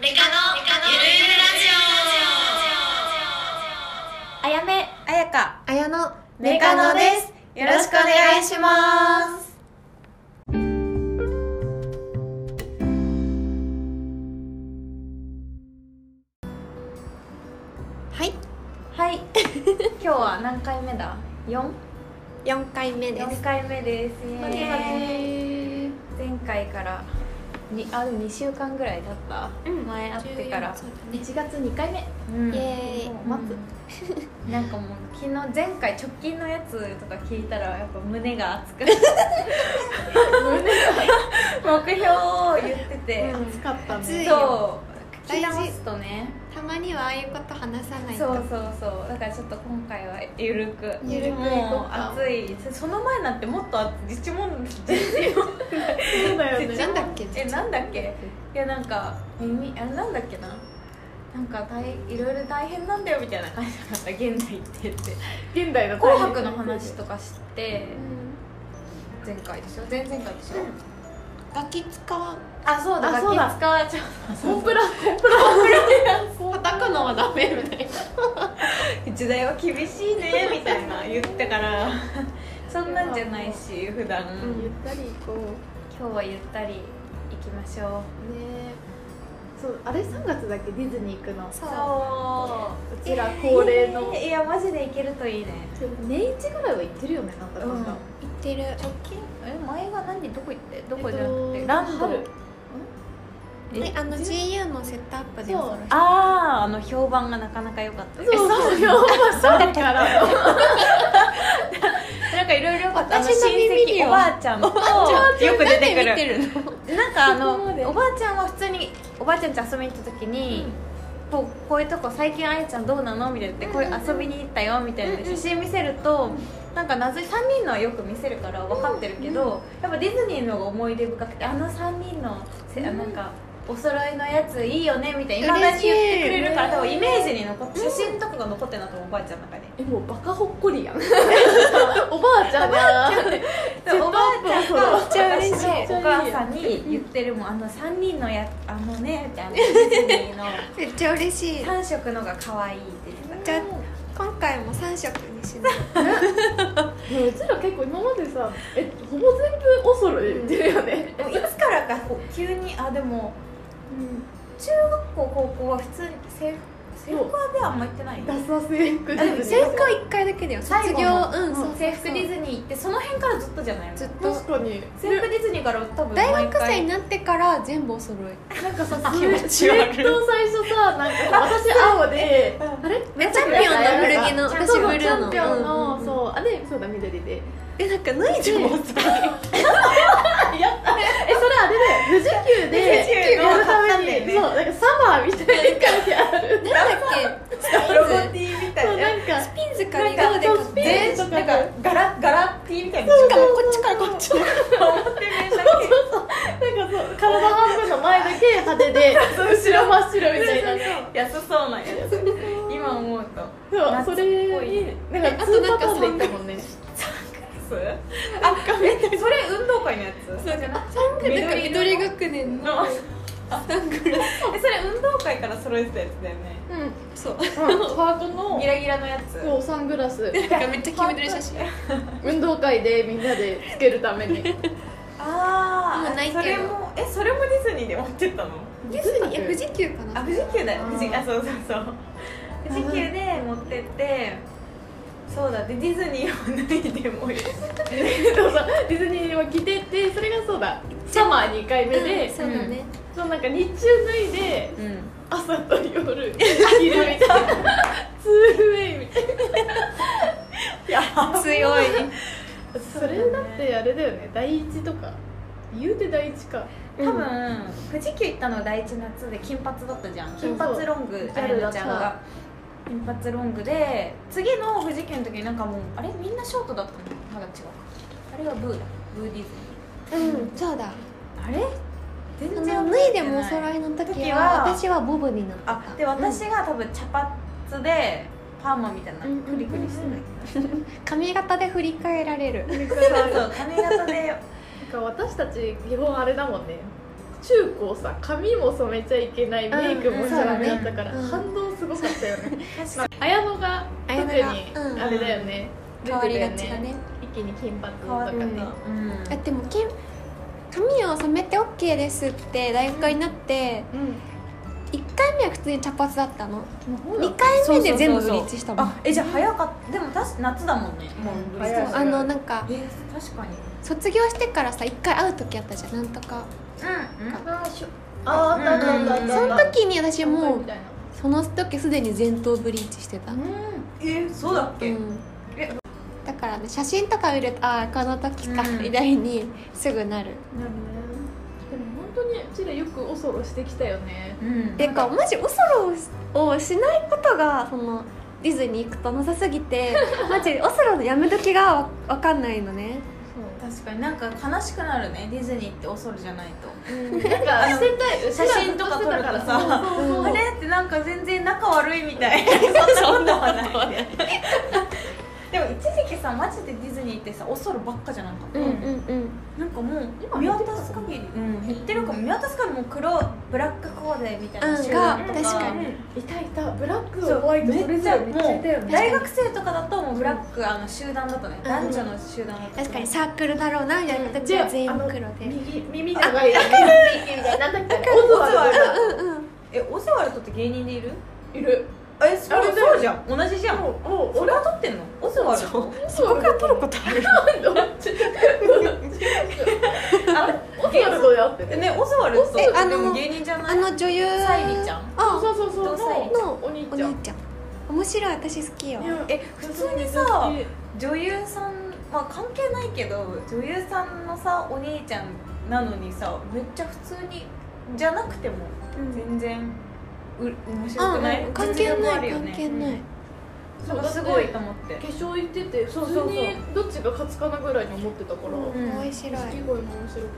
デカのゆるゆるラジオあやめあやか、あやのメカノです。よろしくお願いします。はい、はい今日は何回目だ 4? 四回目で4す。回目ですイエーイえ前回からにあでも2週間ぐらい経った、うん前会ってからそうだね。 1月2回目。うんイエーイもう待つなんかもう昨日前回直近のやつとか聞いたらやっぱ胸が熱くなる目標を言ってて、うん暑かった暑いね。そう聞大き事直すとねたまにはああいうこと話さないそと。 うそうそうだからちょっと今回はゆるくゆるくいこうもうか暑いそその前なんてもっと暑い自治問そうだよう なんだっけ？えなんだっけいやなんか耳あれなんだっけななんか大いろいろ大変なんだよみたいな感じだった現代ってって現代の紅白の話とかしてうん前回でしょ前々回でしょ、ガキ使わん。あそうだあガそうだキ使わちゃコンプラ、コンプラ。叩くのはダメみたいな。う時代は厳しいねみたいな言ったから そんなんじゃないし普段、んゆったり行こう。今日はゆったり行きましょうねそう、あれ3月だっけディズニー行くの。そう。そううちら恒例の。いやマジで行けるといいね年一ぐらいは行ってるよね、なんだかんだ。言ってる。直近え前が何どこ行ってどこえじっゃなくとて、ランド春ね、あの GU のセットアップでそう恐ろしいあああの評判がなかなか良かったそうそうよ。そうだから。 なんかいろいろ良かったあの私の親耳に戚はおばあちゃんとよくな出てくんるで見てるの？なんかあそこまでのおばあちゃんは普通におばあちゃんち遊びに行った時に、こうこういうとこ最近あやちゃんどうなのみたいな言ってこういう遊びに行ったよみたいな写真見せると、なんか謎に3人のはよく見せるから分かってるけど、やっぱディズニーの方が思い出深くてあの3人のせ、あなんかお揃いのやついいよねみたいな未だに言ってくれるから多分イメージに残って写真とかが残ってるなと思うおばあちゃんの中に。え、もうバカほっこりやん。 おばあちゃんが。でおばあちゃんがめっちゃ嬉しい私のお母さんに言ってるもんあの3人のやあのね みたいなディズニーのめっちゃ嬉しい。 3色のが可愛いって言ってじたゃあ今回も三色にしない。いやうちら結構今までさえほぼ全部お揃いってるよね、でもいつからかこう急にあでも中学校高校は普通に制服制服はではあんま行ってないよダサ制服あでも制服は一回だけだよ。卒業最後うんそうそう制服ディズニー行ってその辺からずっとじゃないのずっ制と確かに服ディズニーから多分大毎回学生になってから全部お揃い。なんかさ気持ちスウェ悪いットを最初さなんかさ私青でうんあれねチャンピオンの古着のそう私そうブルチャーンのピオンの、うんそうあでそうだ緑でえなんか脱いじゃでん。えそれあれだよ富士急で富士急のやるた買ったんめにだよねそうなんかサマーみたいに書いてあるなんだっけスピロゴン T みそたういななんかズピンズかなんリゴかで買そうって全とかなんかガラガラ T みたいなしかもこっちからこっちから表面だけなんかそう体半分の前だけ派手で後ろ真っ白みたいな安そうなんやつ今思うとそうそ夏れっぽいにねなんかあと2なんパかターンでいったもんねあえそれ運動会のやつそうじゃなくてなんか緑学年ののサングラスえそれ運動会から揃えてたやつだよねうんそうハートのギラギラのやつそうサングラスなんかめっちゃ決めてる写真運動会でみんなでつけるためにデあもあうないけどそれもえそれもディズニーで持ってったのディズニーいや富士急かなあ富士急だよあー富士あそうそうそう富士急で持ってってそうだでディズニーを脱いでもいいィズニーは着ててそれがそうだサマー2回目で、そうだねそうなんか日中脱いでうん朝と夜着るみたいなツーウェイみたいい や強いなそれだってあれだよね第一とか言うて第一か多分富士急行ったの第一夏で金髪だったじゃんそ金うそう髪ロングあやなちゃんが金髪ロングで次の富士急の時になんかもうあれみんなショートだったのまだ違うかあれはブーだブーディズニうんそうだーあれ全あ然の脱いでもお覚えてな揃いの時時はは私はボブになってあたで私が多分茶髪でパーマみたいなうんクリクリしてない髪型で振り返られるなんそうそう髪型でか私たち基本あれだもんね中高さ髪も染めちゃいけないメイクもしちゃダメだったから、うんうん反動すごかったよね確まあ綾乃が特綾に乃がうんあれだよね、出変わてるりよがちだね一気に金髪と変わかるねねうんあでもけん髪を染めて OK ですって大学になってう1回目は普通に茶髪だったのん2回目で全部そうブリそうそーうチしたもんあえじゃあ早かったでもたし夏だもんねもうブリ早ーいそチうあのなんかえ確かに卒業してからさ1回会う時あったじゃんなんとかうんうんあーしょあーあったあったあったあったその時に私乾も杯みうたいなその時すでに全頭ブリーチしてた、えそうだっうけんえ、だからね写真とか見るとああこの時かうんみたいにすぐなる、なるねでも本当にうちらよくおそろしてきたよねうんてかマジおそろをしないことがそのディズニー行くとなさすぎて マジおそろのやめ時がわわかんないのね、確そかになんか悲しくなるねディズニーって恐るじゃないとうなんかあのしてたい写真とか撮るからさそうそうそうあれってなんか全然仲悪いみたいそんなことはない でも一時期さマジでディズニーってさおそろばっかじゃなかった、うんうんなんかもう今見渡す限りうん減ってるかも見渡す限りもう黒ブラックコーデみたいな集団うんとが確かにうんいたいたブラックそうホワイトそれめっぞちゃれめっちゃいたよもうね大学生とかだともうブラックあの集団だとねうん男女の集団だと確かにサークルだろうなみたいな形で全員黒で、右耳じゃないよね耳みたいななんだっけオズオズワワルルドうんうんえオズワルドって芸人でいるドいるえそあれれだよそうじゃん同じじゃんもうもうそれは撮ってんのオズワルドそこから取ることあるどっちオズワルドであってえるねオズワルドってえあのでも芸人じゃなあいの女優沙莉ちゃんあそうそうそうそうのお兄おちゃん兄ちゃん面白い私好きよいやえ普通にさ女優さんまあ関係ないけど女優さんのさお兄ちゃんなのにさめっちゃ普通にじゃなくても全然う面白くない、うんうん関係実力あなるいよ関ね係ない、うんなんかすごいと思って化粧行ってて普そうそうそう通にどっちが勝つかなぐらいに思ってたからうん面白い好き声も面白かっ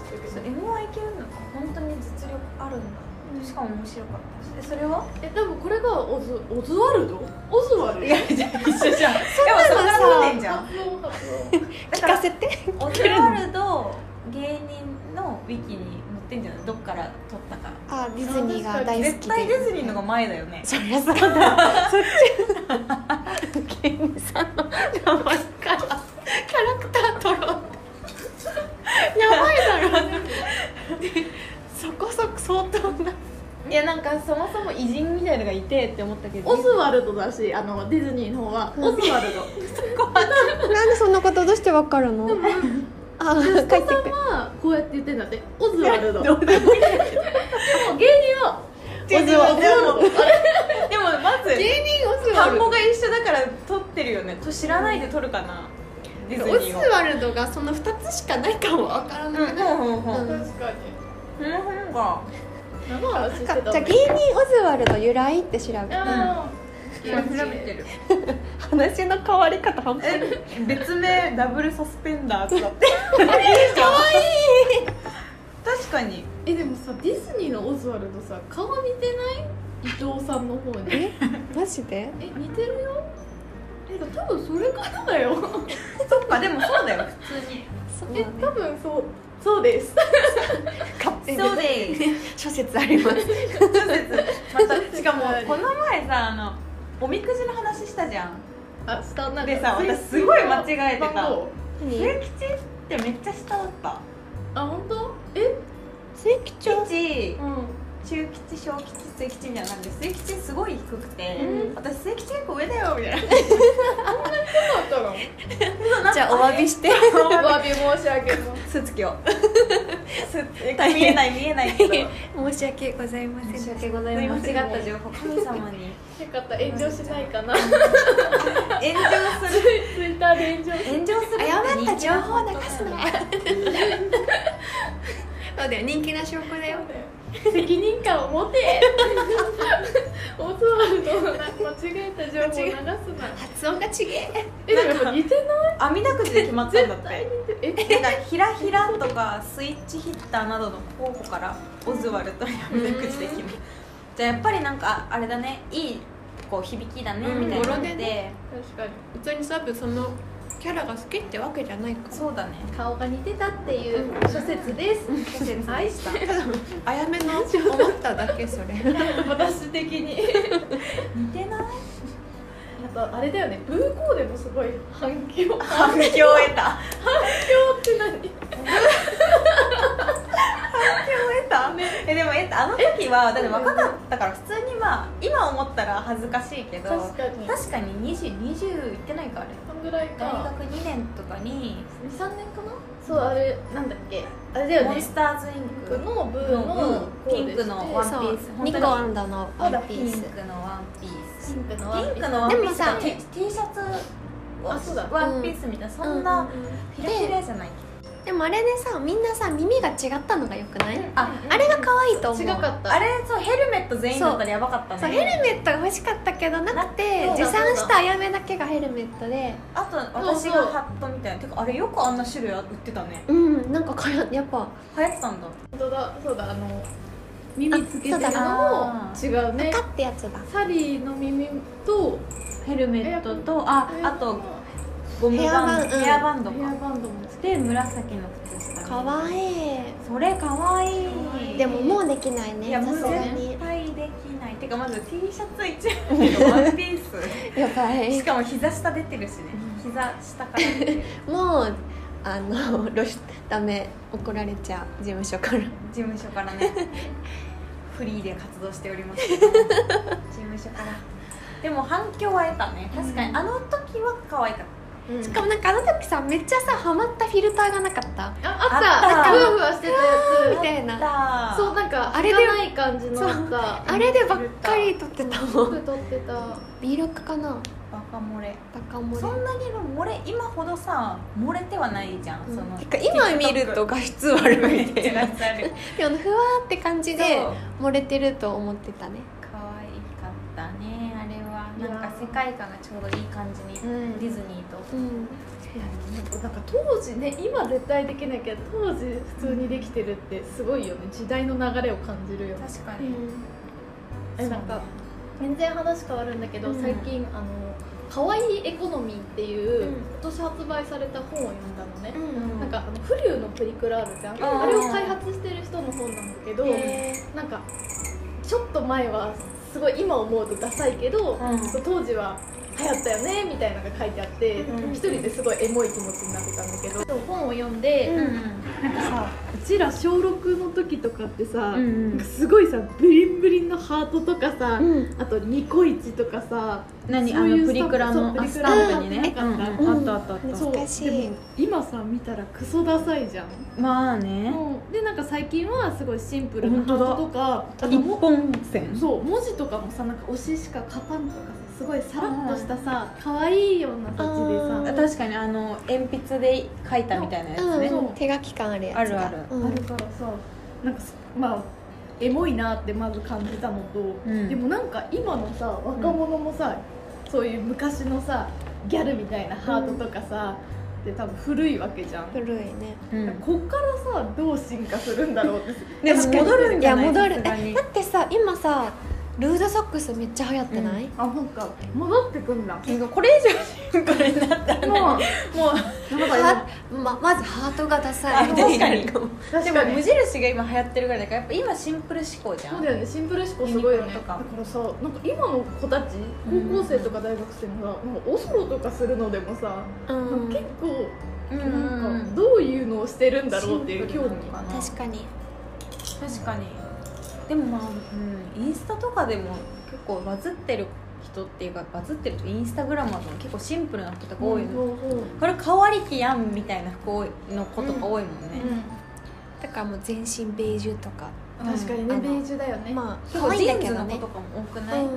たけど m 1いけるのか本当に実力あるんだしかも面白かったしえそれはえ多分これがオズオズワルドオズワルドじゃ一緒じゃんでもそこながの撮ってんじゃん発音発音だ聞かからせてオズワルド芸人のウィキに載ってんじゃないどっから撮ったかあディズニーが大好きで絶対ディズニーのが前だよねそりゃそうだそっち芸人さんの名前からキャラクター取ろうやばいだろそこそこ相当ないやなんかそもそも偉人みたいのがいてって思ったけどオズワルドだしあのディズニーの方はオズワルド なんでそんなことどうしてわかるのでもあ帰ってくるまあこうやって言ってんだってオズワルドでも芸人はでもでもでもまず芸人オズ単語が一緒だから撮ってるよねと知らないで撮るかなディズオニズーをワルドがその2つしかないかもわからなくない、うんうんうんうんうん確かにその方が何の話してじゃたんだあ芸人オズワルド由来って調べてあー今調べてる話の変わり方半端ないえ別名ダブルサスペンダーズだってかわいい確かにえでもさディズニーのオズワルドさ顔似てない伊藤さんの方にえマジで似てるよえ多分それからだよそっかでもそうだよ普通にそうえだね多分そうそうです勝手にそうで 諸説ありますまたしかもこの前さあのおみくじの話したじゃんあ下なんかでさ水私すごい間違えてた番号末吉ってめっちゃ下だったあ本当え正規吉 うん中吉小吉末吉みたいな感じで末吉すごい低くて、うん私末吉結構上だよみたいなそうだったのじゃあお詫びしてお詫び申し上げますスーツ着よ う見えない見えないけど申し訳ございません申し訳ございません 間違った情報神様によかった炎上しないかな炎上するツイッターで炎上炎上する誤った情報を流す なそうだよ人気な証拠だよ責任感を 持てオズワルドのな間違えた情報を流すな発音がちげええでもやっぱ似てない網だくじで決まったんだって絶対似てるなんかひらひらとかスイッチヒッターなどの候補からオズワルドやめた口で決めじゃあやっぱりなんかあれだねいいこう響きだねみたいなのうん語呂ででえ確かに普通にサーブそのキャラが好きってわけじゃないからそうだね顔が似てたっていう諸説です諸説愛したあやめの思っただけそれ私的に似てないあとあれだよねブーコーでもすごい反 響反響得た響って何得た、 えでも得たあの時はだって若かったから普通にまあ今思ったら恥ずかしいけど確かに確かに2020いってないかあれこんぐらい大か学2年とかに23年かなそうあれなんだっけあれだよモンねスターズインピクンクのブブーーののコピーンデクのワンピしてそうースニコアンダのワンピピンースクのワンピースピンクのワンピピンークスのワンピースでもさと T, T シャツあそうだワンピースみたいなそんなひらひらじゃないでもあれでさみんなさ耳が違ったのがよくないああれが可愛いと思う違かったあれそうヘルメット全員だったらやばかったねそうヘルメットが欲しかったけどなくてな持参したあやめだけがヘルメットであと私がハットみたいなてかあれよくあんな種類売ってたねうんなんかかややっぱ流行ってたんだ本当だそうだあの耳つけてるのそうだも違うね赤ってやつだサリーの耳とヘルメットとああとゴムバンドヘヘアアバンドヘアかバンドもつけで紫の靴下可愛いそれかわいい可愛いでももうできないねいやさもうす絶が対にできないてかまず T シャツ1枚とワンピースやばしいかも膝下出てるしね膝下から出てるもうあの露出ダメ怒られちゃう事務所から事務所から ねフリーで活動しており ます事務所からでも反響は得たね確かに、うんあの時は可愛かったしかもなんかあの時さめっちゃさハマったフィルターがなかったあああっったたふわふわしてたみやたいなだつそうなんかああれれででない感じのあったあれでばっかり撮ってたもよんく撮ってた B6 かなバカ漏れバカモそんなに漏れ今ほどさ漏れてはないじゃん、レそ のてか今見ると画質悪いみたいなめっちゃあるでもふわーって感じでそう漏れてると思ってたね可愛かったねあれはなんか世界観がちょうどいい感じに、うんディズニーとうんなんか当時ね今絶対できなきゃ当時普通にできてるってすごいよね時代の流れを感じるよね確かうに、んえなんか全然話変わるんだけど、うん最近あの可愛いエコノミーっていう、うん今年発売そうね今年発売された本を読んだのね、うんなんかあのフリューのプリクラあるじゃん、うんあれを開発してる人の本なんだけど、へなんかちょっと前はすごい今思うとダサいけど、う当時は流行ったよねみたいなのが書いてあって、うん一人ですごいエモい気持ちになってたんだけどでも本を読んで、ううんなんかさうちら小6の時とかってさ、んなんかすごいさブリンブリンのハートとかさ、うんあとニコイチとかさ何あそういのうプリクラのそうあプリスクタランプにね、うんうんあったあったあった、懐かしいでも今さ見たらクソダサいじゃん、まあねもうでなんか最近はすごいシンプルな本当ハーだトとかあと一も本線そう文字とかもさなんか推ししか勝たんとかさすごいさらっとしたさ可愛いようなあ字でーさ確かにあの鉛筆で書いたみたいなやつね、うん手書き感あるやつだあるあるうんあるからさなんかすまあエモいなってまず感じたのと、うんでもなんか今のさ若者もさ、そういう昔のさギャルみたいなハートとかさ、で多分古いわけじゃん、古いねうんこっからさどう進化するんだろうってでも確かに戻るんじゃないいや戻るさすがにだってさ今さルーズソックスめっちゃ流行ってない、あなんか戻ってくんだなんかこれ以上シンプルになったらもうもうはままずハートがダサいあ確かにみたいな確でかもに無印が今流行ってるぐらいだからやっぱ今シンプル思考じゃんそうだよねシンプル思考すごいよユニねクロとかだからさなんか今の子たち高うん校生とか大学生もさなんかオスロとかするのでもさ、うん結構うんうんうなんかんどういうのをしてるんだろうっていう興味がな確かに確かにでもまあ、うん、インスタとかでも結構バズってる人っていうかバズってるとインスタグラマーとか結構シンプルな人とか多いの、これ変わりきやんみたいな服の子とか多いもんね、だからもう全身ベージュとかうん確かにあねのベージュだよね、まあ結可構愛いジんだーンけズどのね子とかも多くうない、ん多い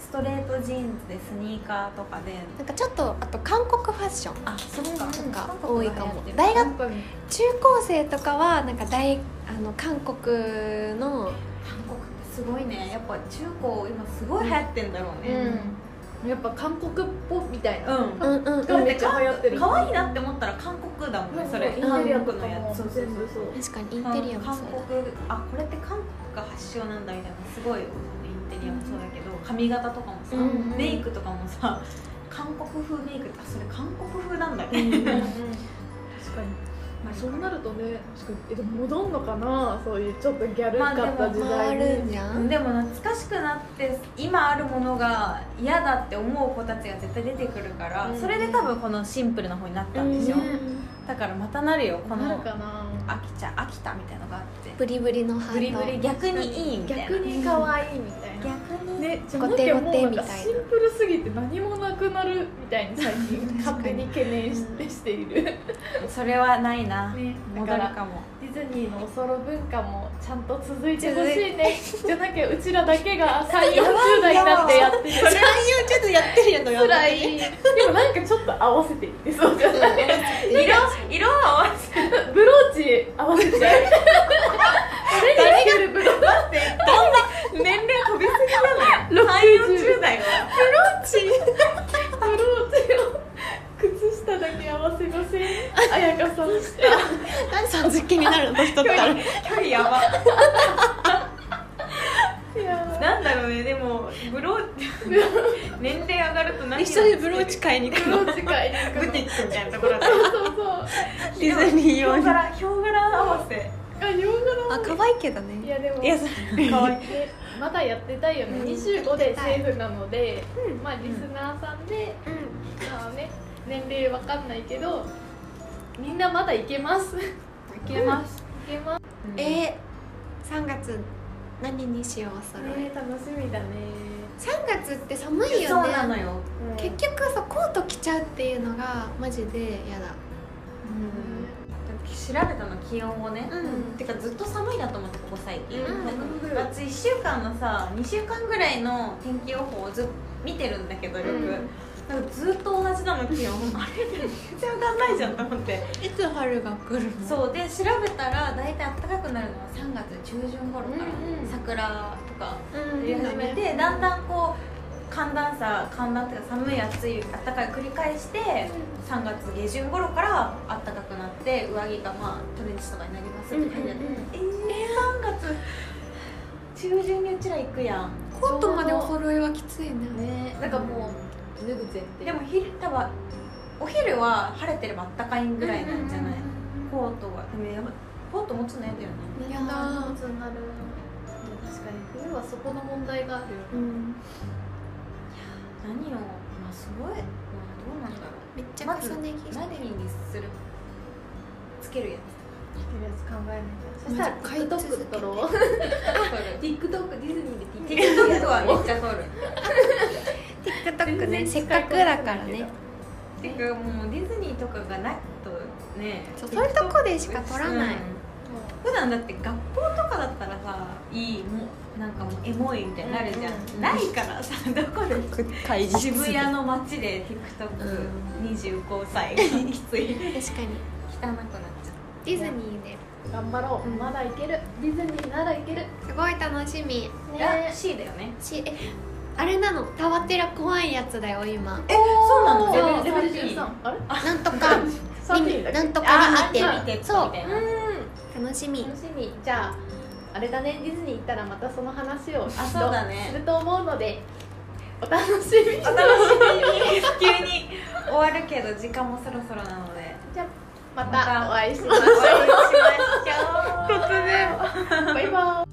ストレートジーンズでスニーカーとかでなんかちょっとあと韓国ファッションあそっかなんか多いかも大大学確かに中高生とかはなんか大あの韓国の韓国ってすごいねやっぱ中高今すごい流行ってんだろうね、うんやっぱ韓国っぽみたいな、うんうんうんうんがめっちゃ流行ってる可愛いなって思ったら韓国だもんねそれインテ韓リア韓国とかのやもつそうそう全部そう確かにインテリアも韓そうだ国あこれって韓国が発祥なんだみたいなすごいインテリアもそうだけど髪型とかもさ、うんうんメイクとかもさ韓国風メイクってあそれ韓国風なんだね、うん確かにまあそうなるとね確かにえでも戻んのかなそういうちょっとギャルかった時まああ代るんに、じゃんでも懐かしくなって今あるものが嫌だって思う子たちが絶対出てくるから、うんそれで多分このシンプルな方になったんでしょ、うんだからまたなるよこなるのかな飽きちゃ飽きたみたいのがあってブリブリのハートブリブリ逆にいいみたいな逆に可愛いみたいな逆にね、じゃなゴきテゃゴもうテなんみたいなかシンプルすぎて何もなくなるみたいに最近勝手に懸念しうてしている、ね、それはないな、 だ戻かるらかもディズニーのおそろ文化もちゃんと続いてほしいねじゃなきゃうちらだけが3 4 0代になってやってるそれをちょっとやってるやつつらいでもなんかちょっと合わせていってそうじゃない色色は合わせブローチ合わせて誰がブローてどんな年齢飛びすぎなの60 3040代はチを靴下だけ合わせません綾香さん何さん好きになるの年取ったら距離やばいやなんだろうねでもブロー年齢上がると何一緒にブローチ買いに行くブのローチ買いに行くブのティックみたいなところでそうそうそうディズニー用ヒョウにあ柄ヒョウ柄合わせあ、洋画の。可愛いけどいねや、でも。いやそれ可愛いでまだやってたいよね。二十五でセーフなので、まあ、リスナーさんで、まあ、ね、年齢わかんないけど。みんなまだいけます。いいけます、けます。えー、3月何にしようそれ、ね、楽しみだね。 3月って寒いそようなのねよ、結局さコート着ちゃうっていうのがマジでやだ調べたの気温をね、うんてかずっと寒いなと思ってここ最近、うんなんか私1週間のさ2週間ぐらいの天気予報をずっと見てるんだけどよく、うんなんかずっと同じなの気温あれ全然上がんないじゃんと思っていつ春が来るのそうで調べたら大体暖かくなるのは3月中旬頃から、うんうん桜とかうん、入れ始めて、だんだんこう寒暖差寒暖っていうか寒い暑い暖かい繰り返して、3月下旬頃から暖かくなって上着がまあトレンチとかになりますみたいな、うんうんうんえー、3月中旬にうちら行くやんコートまでお揃いはきついねね、なんかもう、脱ぐ前提。でも、昼多分お昼は晴れてれば暖かいぐらいなんじゃない、いコートはでもやばいコート持つのやだよねやあだー、そうなる。確かに、冬はそこの問題があるよね。うん何をまあすごい、まあ、どうなんだろうめっちゃ重ね着何にするつけるや着てるやつ考えないまと。そしずたら、買い続けて TikTok 撮ろつう。TikTok ディズニーで TikTok はめっちゃ撮る TikTok ねせっかくだからねてかもうディズニーとかがないとねそうそういうとこでしか撮らない、うん普段だって学校とかだったらさいいもうなんかもうエモいみたいになるじゃん、うんないからさ どこで会渋谷の街で TikTok25 歳がきつい確かに汚くなっちゃディズニーね頑張ろう、うんまだいけるディズニーならいけるすごい楽しみう、らねしいだよねしえあれなのタワテラ怖いやつだよ今えそうなのそうレベル13 13あれなんとか三人だけなんとあか見てあ見てみそうたいなう楽しみん楽しみじゃああれだねディズニー行ったらまたその話をあそうだねすると思うのでお楽しみにお楽しみに急に終わるけど時間もそろそろなのでじゃあままたたお会いしおましょ会いしましょう突然うバイバイ